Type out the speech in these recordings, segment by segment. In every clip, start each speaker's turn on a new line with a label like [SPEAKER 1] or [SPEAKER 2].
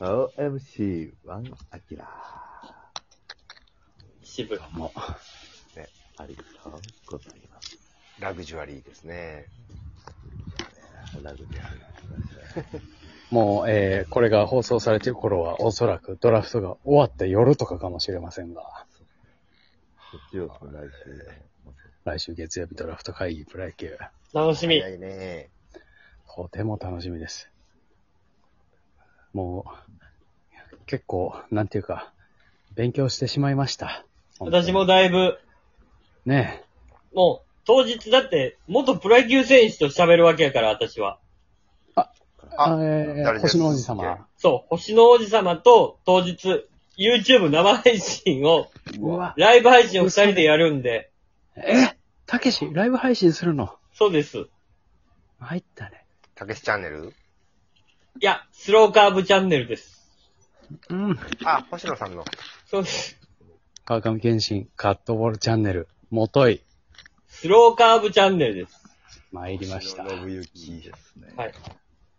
[SPEAKER 1] OMC1 アキラ
[SPEAKER 2] 渋い。
[SPEAKER 1] もう、
[SPEAKER 3] ね
[SPEAKER 1] ね、ありがとうございます。
[SPEAKER 3] ラグジュアリーですね。
[SPEAKER 1] ラグビーありがとうございましたね
[SPEAKER 4] もう、えー、これが放送されてる頃は、おそらくドラフトが終わった夜とかかもしれませんが、
[SPEAKER 1] そっちを来週で。
[SPEAKER 4] 来週月曜日ドラフト会議プロ野球、
[SPEAKER 2] 楽しみ。
[SPEAKER 3] 早いね。
[SPEAKER 4] とても楽しみです。もう、結構、なんていうか、勉強してしまいました。
[SPEAKER 2] 私も
[SPEAKER 4] だ。
[SPEAKER 2] だいぶ、
[SPEAKER 4] ね
[SPEAKER 2] もう、当日だって、元プロ野球選手と喋るわけやから、私は。
[SPEAKER 4] え、あえ
[SPEAKER 3] 誰
[SPEAKER 4] ー、
[SPEAKER 3] です
[SPEAKER 4] 星の王子様。
[SPEAKER 2] そう、星の王子様と当日、YouTube 生配信を、
[SPEAKER 4] うわ、
[SPEAKER 2] ライブ配信を二人でやるんで、
[SPEAKER 4] えたけし、ライブ配信するの
[SPEAKER 2] そうです。い
[SPEAKER 4] 入ったね。
[SPEAKER 3] たけしチャンネル
[SPEAKER 2] や、スローカーブチャンネルです。
[SPEAKER 4] うん。
[SPEAKER 3] あ、星野さんの。
[SPEAKER 2] そうです。
[SPEAKER 4] 川上健信、カットボールチャンネル、もとい、
[SPEAKER 2] スローカーブチャンネルです。
[SPEAKER 4] 参りました。
[SPEAKER 3] 星野信
[SPEAKER 1] いい
[SPEAKER 3] 之
[SPEAKER 1] ですね。
[SPEAKER 2] はい。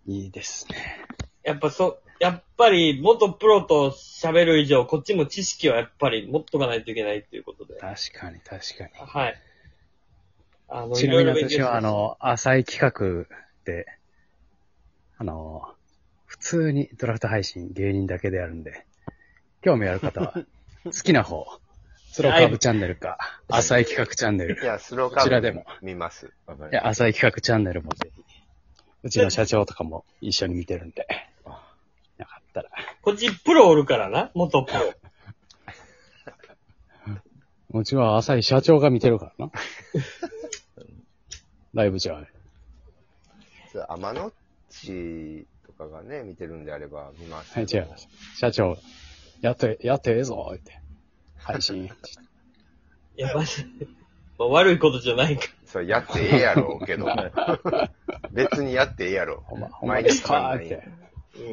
[SPEAKER 4] いいですね。
[SPEAKER 2] やっぱそ、やっぱり元プロと喋る以上、こっちも知識はやっぱり持っとかないといけないっていうことで。
[SPEAKER 4] 確かに、確かに。
[SPEAKER 2] はい。あの
[SPEAKER 4] ちなみに
[SPEAKER 2] いろいろ勉強し
[SPEAKER 4] 私
[SPEAKER 2] ました
[SPEAKER 4] は、あの、浅い企画で、あの、普通にドラフト配信芸人だけでやるんで、興味ある方 は、好きな方、スローカーブチャンネルか、浅い企画チャ ンネ
[SPEAKER 3] い
[SPEAKER 4] ル、
[SPEAKER 3] や、スロー
[SPEAKER 4] こ
[SPEAKER 3] カ
[SPEAKER 4] ちらで
[SPEAKER 3] ーブ
[SPEAKER 4] も
[SPEAKER 3] 見ます。
[SPEAKER 1] わか
[SPEAKER 4] いや、浅い企画チャンネルもぜひ、うちの社長とかも一緒に見てるんで、よかったら、
[SPEAKER 2] こっちプロおるからな、元プロ。
[SPEAKER 4] うちは浅い社長が見てる からな。ライブじゃあ、
[SPEAKER 3] そう天野っちとかがね、見てるんであれば見ます。
[SPEAKER 4] はい、違います。社長、やって、やってええぞ、って。配信。
[SPEAKER 2] いや、マジで。まあ、悪いことじゃないか。
[SPEAKER 3] それやってええやろうけ ど。別にやってええやろ。
[SPEAKER 4] ほんま、ほんまですかって。
[SPEAKER 2] うん。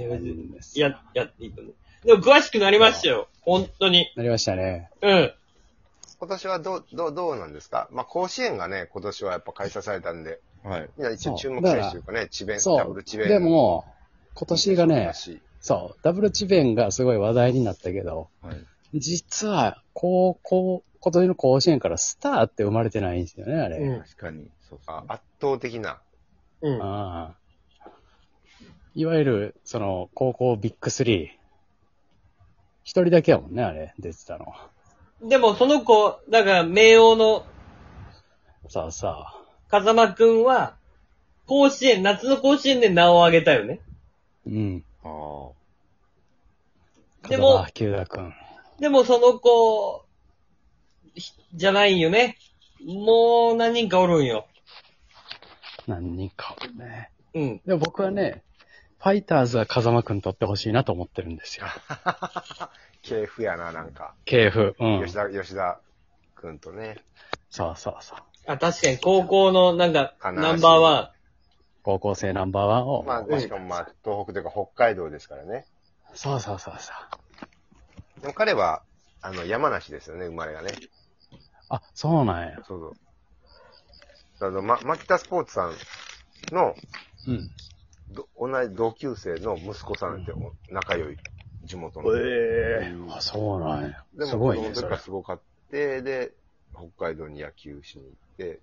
[SPEAKER 2] いや、別に
[SPEAKER 4] です
[SPEAKER 2] や、やっていいと思う。でも詳しくなりましたよ。本当に。
[SPEAKER 4] なりましたね。
[SPEAKER 2] うん。
[SPEAKER 3] 今年はどう、どう、どうなんですかまあ、甲子園がね、今年はやっぱ開催されたんで、
[SPEAKER 1] はい。
[SPEAKER 3] みんな一応注目
[SPEAKER 4] そう
[SPEAKER 3] 選手というかね、智弁、ダ
[SPEAKER 4] そ
[SPEAKER 3] ブル
[SPEAKER 4] う。
[SPEAKER 3] 智弁。
[SPEAKER 4] で、も、今年が
[SPEAKER 3] だ
[SPEAKER 4] ね、
[SPEAKER 3] し
[SPEAKER 4] そう、ダブル智弁がすごい話題になったけど、
[SPEAKER 1] はい。
[SPEAKER 4] 実は、高校、今年の甲子園からスターって生まれてないんですよね、あれ。
[SPEAKER 2] うん。
[SPEAKER 1] 確かに、そうですね
[SPEAKER 3] あ、圧倒的な。
[SPEAKER 2] うん。
[SPEAKER 4] ああいわゆる、その、高校ビッグスリー。一人だけやもんね、あれ、出てたの。
[SPEAKER 2] でも、その子、だから、明王の
[SPEAKER 4] さあさあ。
[SPEAKER 2] 風間くんは、甲子園、夏の甲子園で名を挙げたよね。
[SPEAKER 4] うん。
[SPEAKER 1] ああ。
[SPEAKER 2] で
[SPEAKER 4] 風
[SPEAKER 2] も
[SPEAKER 4] 間、久田君。
[SPEAKER 2] でもその子、ひじゃないよね。もう何人かおるんよ。
[SPEAKER 4] 何人かおるね。
[SPEAKER 2] うん。
[SPEAKER 4] でも僕はね、ファイターズは風間くん取ってほしいなと思ってるんですよ。
[SPEAKER 3] 系譜やな、なんか。
[SPEAKER 4] 系譜。うん。
[SPEAKER 3] 吉
[SPEAKER 4] そう
[SPEAKER 3] 田、吉田くんとね。
[SPEAKER 4] そうそう。
[SPEAKER 2] あ、確かに高校のなんか、
[SPEAKER 3] 悲しい
[SPEAKER 2] ナンバーワ
[SPEAKER 4] 高校生ナンバーワンを。
[SPEAKER 3] まあ、しかもまあ、東北というか北海道ですからね。
[SPEAKER 4] そうそうそうそう。
[SPEAKER 3] でも彼は、あの、山梨ですよね、生まれがね。
[SPEAKER 4] あ、そうなんや。
[SPEAKER 3] そうそう。あの、ま、マキタスポーツさんの、
[SPEAKER 4] うん。
[SPEAKER 3] ど同じ同級生の息子さんって、お仲良い、地元の。
[SPEAKER 1] え
[SPEAKER 4] あ、そうなんや。
[SPEAKER 3] でも、
[SPEAKER 4] すごい
[SPEAKER 3] そ
[SPEAKER 4] ね、
[SPEAKER 3] の
[SPEAKER 4] そ
[SPEAKER 3] 時
[SPEAKER 4] れ
[SPEAKER 3] は。すごかって、で、北海道に野球しに行って、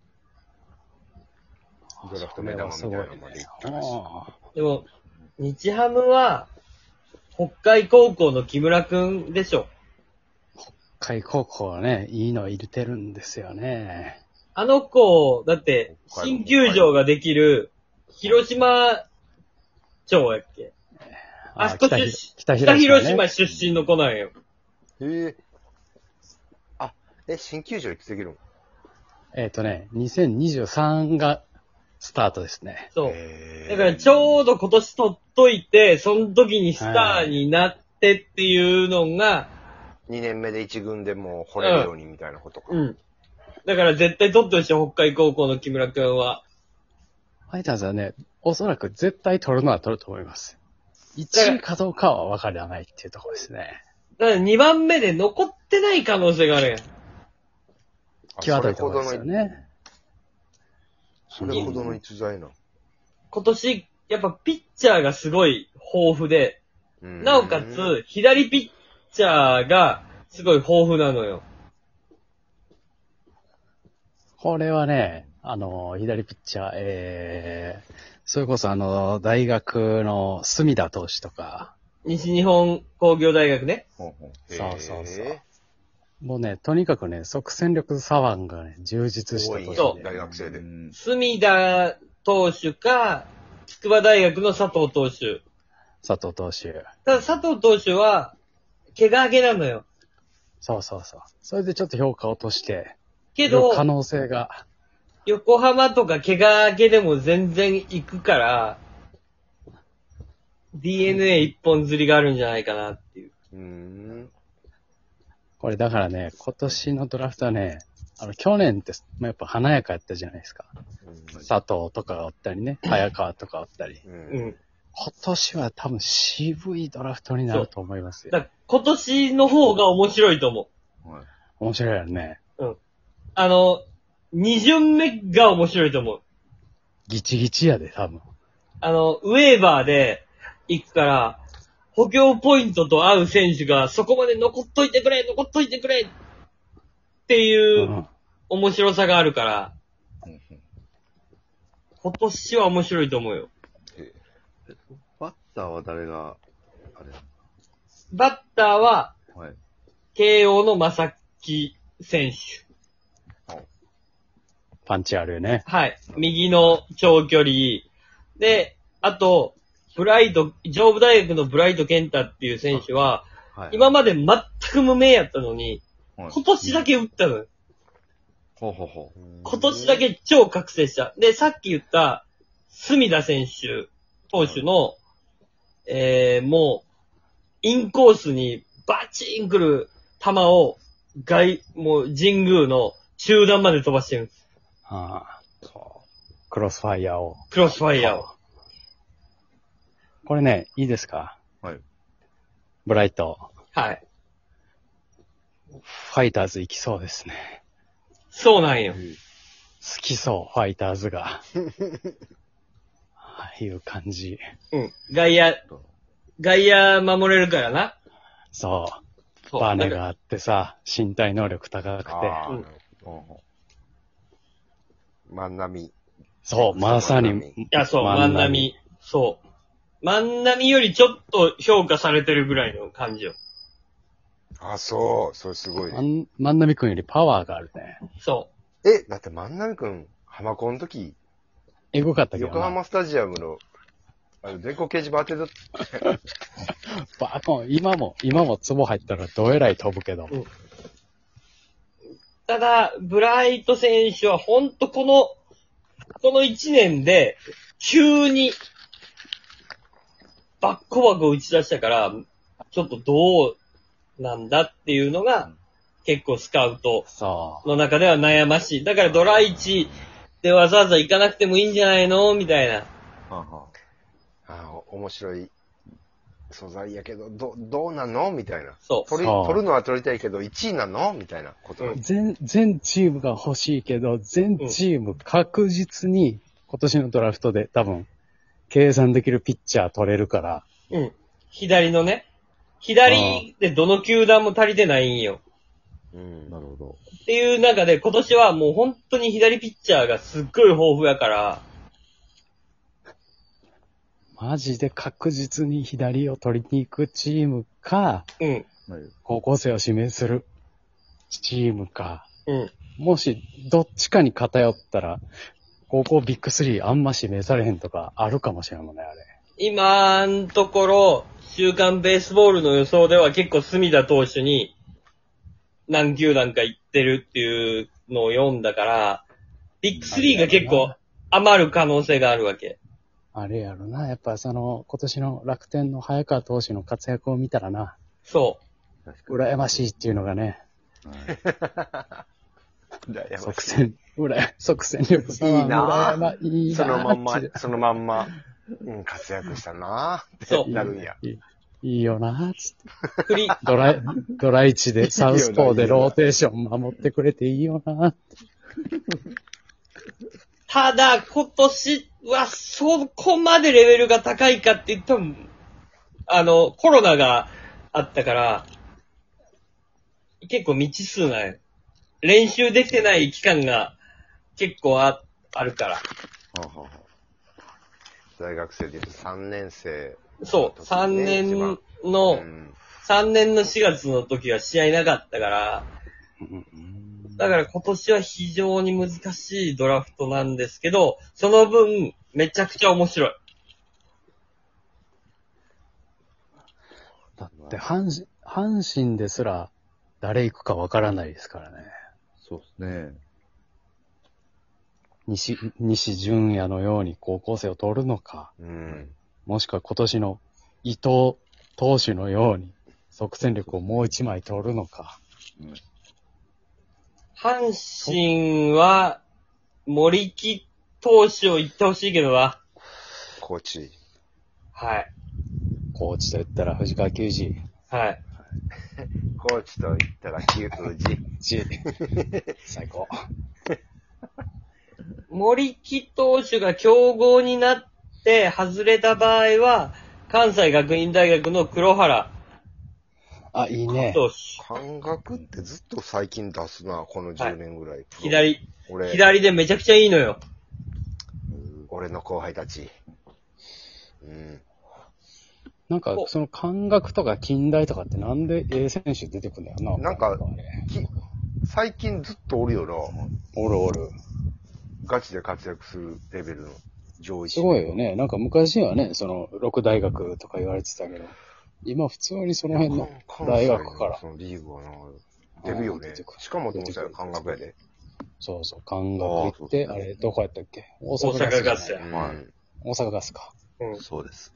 [SPEAKER 3] ドラフト目玉みたいなのまで行ったらしい。
[SPEAKER 2] ー。でも、日ハムは、北海高校の木村くんでしょ。
[SPEAKER 4] 海高校はね、いいの入れてるんですよね。
[SPEAKER 2] あの子、だって、
[SPEAKER 3] 北海道
[SPEAKER 2] 新球場ができる、広島町やっけあそこ
[SPEAKER 4] 北
[SPEAKER 2] 出
[SPEAKER 4] ひ
[SPEAKER 2] 身
[SPEAKER 4] 北
[SPEAKER 2] 北
[SPEAKER 4] 広
[SPEAKER 2] 広
[SPEAKER 4] 島ね
[SPEAKER 2] 島出身の子なんよ。
[SPEAKER 3] へえ。あ、え、新球場いつできるの
[SPEAKER 4] えっとね、2023がスタートですね。
[SPEAKER 2] そう。だ
[SPEAKER 3] だ
[SPEAKER 2] からちょうど今年取っといて、その時にスターになってっていうのが、
[SPEAKER 3] 2年目で1軍でもう掘れるようにみたいなことか。
[SPEAKER 2] うん。だから絶対取ってほしい、北海高校の木村くんは。
[SPEAKER 4] ファイターズはね、おそらく絶対取るのは取ると思います。1位かどうかは分からないっていうところですね。
[SPEAKER 2] だから2番目で残ってない可能性があるやん。
[SPEAKER 3] あ
[SPEAKER 4] 際どいところですよね。
[SPEAKER 3] それほどの逸材なの。
[SPEAKER 2] 今年、やっぱピッチャーがすごい豊富で、なおか
[SPEAKER 3] うん、
[SPEAKER 2] つ、左ピッチャーが、すごい豊富なのよ。
[SPEAKER 4] これはね、あの、左ピッチャー、えー、それこそあの、大学の隅田投手とか、
[SPEAKER 2] 西日本工業大学ね。
[SPEAKER 1] ほんほん。
[SPEAKER 4] そうそうそう
[SPEAKER 3] え
[SPEAKER 4] もうね、とにかくね、即戦力左腕がね、充
[SPEAKER 3] ー
[SPEAKER 4] 実し
[SPEAKER 3] 多
[SPEAKER 4] た
[SPEAKER 3] い
[SPEAKER 4] 投
[SPEAKER 3] ね
[SPEAKER 4] 手
[SPEAKER 2] そ
[SPEAKER 4] で。
[SPEAKER 3] 大学生で
[SPEAKER 1] う。ん
[SPEAKER 2] 隅田投手か、筑波大学の佐藤投手。
[SPEAKER 4] 佐藤投手。
[SPEAKER 2] ただ佐藤投手は、怪我明けなのよ。
[SPEAKER 4] そうそうそう。それでちょっと評価を落として、
[SPEAKER 2] けど、
[SPEAKER 4] 可能性が、
[SPEAKER 2] 横浜とか怪我明けでも全然行くから、DNA 一本釣りがあるんじゃないかなっていう。
[SPEAKER 3] うん。
[SPEAKER 4] これだからね、今年のドラフトはね、あの、去年って、まあやっぱ華やかやったじゃないですか。佐藤とかがおったりね、早川とかおったり。
[SPEAKER 3] う。
[SPEAKER 2] うんん。
[SPEAKER 4] 今年は多分渋いドラフトになると思います
[SPEAKER 2] だ
[SPEAKER 4] よ。
[SPEAKER 2] から今年の方が面白いと思
[SPEAKER 1] はい
[SPEAKER 4] 面白いよね。
[SPEAKER 2] う。あの、二巡目が面白いと思う。
[SPEAKER 4] ギチギチやで、多分。。
[SPEAKER 2] あの、ウェーバーで行くから、補強ポイントと合う選手がそこまで残っといてくれ、残っといてくれっていううん面白さがあるから、
[SPEAKER 1] ほんほん
[SPEAKER 2] 今年は面白いと思うよ。
[SPEAKER 1] バッターは誰が、あれな
[SPEAKER 2] バッターは、
[SPEAKER 1] のはい。
[SPEAKER 2] 慶応の正木選手。
[SPEAKER 4] パンチあるよね。
[SPEAKER 2] はい。右の長距離。で、あと、ブライト、上部大学のブライト健太っていう選手は、
[SPEAKER 1] はい。
[SPEAKER 2] 今まで全く無名やったのに、
[SPEAKER 1] はい、
[SPEAKER 2] 今年だけ打ったのよ。
[SPEAKER 1] ほうほうほ
[SPEAKER 2] 今年だけ超覚醒した。で、さっき言った、隅田選手、投手の、えー、もう、インコースにバチン来る球を、外、もう神宮の中段まで飛ばしてるんです。
[SPEAKER 4] ああクロスファイヤーを。
[SPEAKER 2] クロスファイヤーを。
[SPEAKER 4] これね、いいですか
[SPEAKER 1] はい。
[SPEAKER 4] ブライト、
[SPEAKER 2] はい。
[SPEAKER 4] ファイターズ行きそうですね。
[SPEAKER 2] そうなん
[SPEAKER 1] う
[SPEAKER 2] よ。。
[SPEAKER 4] 好きそう、ファイターズ が。ああいう感じ。
[SPEAKER 2] うん。外野、外野守れるからな。
[SPEAKER 4] そう。
[SPEAKER 2] そう
[SPEAKER 4] バネ
[SPEAKER 2] だから
[SPEAKER 4] があってさ、身体能力高くて。
[SPEAKER 3] あ
[SPEAKER 2] う
[SPEAKER 3] あ
[SPEAKER 2] ん、
[SPEAKER 1] ほうほ
[SPEAKER 3] 万波。
[SPEAKER 4] そう、まさ
[SPEAKER 3] 万
[SPEAKER 4] に
[SPEAKER 3] 波。
[SPEAKER 2] いや、そう、万波。そう。万波よりちょっと評価されてるぐらいの感じよ。
[SPEAKER 3] あ、そう。それすごいね。
[SPEAKER 4] 万万波くんよりパワーがあるね。
[SPEAKER 2] そ
[SPEAKER 3] え、だって万波くん、浜コンの時、
[SPEAKER 4] エゴかったけどな。
[SPEAKER 3] 横浜スタジアムの、あの、電光掲示板当てだっ
[SPEAKER 4] バーコン、今も、今もツボ入ったらどえらい飛ぶけど。
[SPEAKER 2] う。ただ、ブライト選手はほんとこの、この一年で、急に、バッコバコ打ち出したから、ちょっとどうなんだっていうのが、結構スカウト
[SPEAKER 4] そう。
[SPEAKER 2] の中では悩ましい。だからドラ1でわざわざ行かなくてもいいんじゃないのみたいな。
[SPEAKER 1] う。はんはん
[SPEAKER 3] ああ、面白い素材やけど、ど、どうなのみたいな。
[SPEAKER 2] そう。
[SPEAKER 3] 取り、
[SPEAKER 4] そう
[SPEAKER 3] 取るのは取りたいけど、1位なのみたいなことなんです。
[SPEAKER 4] 全、全チームが欲しいけど、全チーム確実に今年のドラフトで多分、計算できるピッチャー取れるから、
[SPEAKER 2] うん。左のね。左でどの球団も足りてないんよ。
[SPEAKER 3] うん。
[SPEAKER 1] なるほど。
[SPEAKER 2] っていう中で今年はもう本当に左ピッチャーがすっごい豊富やから、
[SPEAKER 4] マジで確実に左を取りに行くチームか、
[SPEAKER 2] うん、
[SPEAKER 1] はい。
[SPEAKER 4] 高校生を指名するチームか、
[SPEAKER 2] うん。
[SPEAKER 4] もしどっちかに偏ったら、高校ビッグ3あんま指名されへんとかあるかもしれんもんね、あれ。
[SPEAKER 2] 今んところ、週刊ベースボールの予想では結構隅田投手に何球団か行ってるっていうのを読んだから、ビッグ3が結構余る可能性があるわけ。
[SPEAKER 4] あれやろな。やっぱその、今年の楽天の早川投手の活躍を見たらな、
[SPEAKER 2] そ
[SPEAKER 1] 確か
[SPEAKER 4] 羨ましいっていうのがね、
[SPEAKER 1] に。はい
[SPEAKER 3] 羨ましい
[SPEAKER 4] 即戦、裏、即戦力さんはい
[SPEAKER 3] いな
[SPEAKER 4] 羨ま、いいな。
[SPEAKER 3] そのまんま、そのまんま、うん、活躍したな
[SPEAKER 2] う。そ
[SPEAKER 3] なるんや。
[SPEAKER 4] いいいいよな、つ
[SPEAKER 2] う。
[SPEAKER 4] って。
[SPEAKER 2] クリ、
[SPEAKER 4] ドライ、 ドライチで、サウスポーでローテーション守ってくれていいよな。
[SPEAKER 2] ただ今年はそこまでレベルが高いかって言ったら、あの、コロナがあったから、結構未知数なんよ練習できてない期間が結構ああるから。
[SPEAKER 3] はあはあはあ大学生でいうと3年生、
[SPEAKER 2] そう、3
[SPEAKER 3] 一番う
[SPEAKER 2] 年の、
[SPEAKER 3] ん、
[SPEAKER 2] 3年の4月の時は試合なかったから、だから今年は非常に難しいドラフトなんですけど、その分、めちゃくちゃ面白い。
[SPEAKER 4] だって、阪神、阪神ですら、誰行くかわからないですからね。
[SPEAKER 1] そうですね。
[SPEAKER 4] 西、西純也のように高校生を取るのか、
[SPEAKER 3] うん、
[SPEAKER 4] もしくは今年の伊藤投手のように、即戦力をもう一枚取るのか。
[SPEAKER 1] うん
[SPEAKER 2] 阪神は、森木投手を言ってほしいけどな。
[SPEAKER 3] コーチ。
[SPEAKER 2] はい。
[SPEAKER 4] コーチと言ったら藤川球児。
[SPEAKER 2] はい。
[SPEAKER 3] コーチと言ったら9分字。
[SPEAKER 4] G 最高。
[SPEAKER 2] 森木投手が競合になって外れた場合は、関西学院大学の黒原
[SPEAKER 4] あ、いいね。
[SPEAKER 2] 投手。
[SPEAKER 3] 感覚ってずっと最近出すな、この10年ぐらい。
[SPEAKER 2] 左、
[SPEAKER 3] 俺、
[SPEAKER 2] 左でめちゃくちゃいいのよ。
[SPEAKER 3] 俺の後輩たち。うん。
[SPEAKER 4] なんか、その感覚とか近代とかってなんで A 選手出てくんだよな。
[SPEAKER 3] なんか
[SPEAKER 4] あれ
[SPEAKER 3] き最近ずっとおるよな。
[SPEAKER 4] おるおる。
[SPEAKER 3] ガチで活躍するレベルの上位。
[SPEAKER 4] すごいよね。なんか昔はね、その、六大学とか言われてたけど、今普通にその辺の
[SPEAKER 3] 関
[SPEAKER 4] 大
[SPEAKER 3] 西の
[SPEAKER 4] 学から
[SPEAKER 3] そ、のリーグはな、出るよ
[SPEAKER 4] あ
[SPEAKER 3] ね
[SPEAKER 4] 出てく。る
[SPEAKER 3] しかも、ともさん感覚やで。
[SPEAKER 4] そうそう、関学行って、
[SPEAKER 1] あーそうそう
[SPEAKER 4] あれ、どこやったっけ
[SPEAKER 2] 大
[SPEAKER 4] 大阪ガス
[SPEAKER 2] 阪
[SPEAKER 4] じゃ
[SPEAKER 2] ガ
[SPEAKER 4] ない
[SPEAKER 2] スや。
[SPEAKER 3] はい
[SPEAKER 4] 大阪ガスか。
[SPEAKER 2] うん。
[SPEAKER 1] そうです。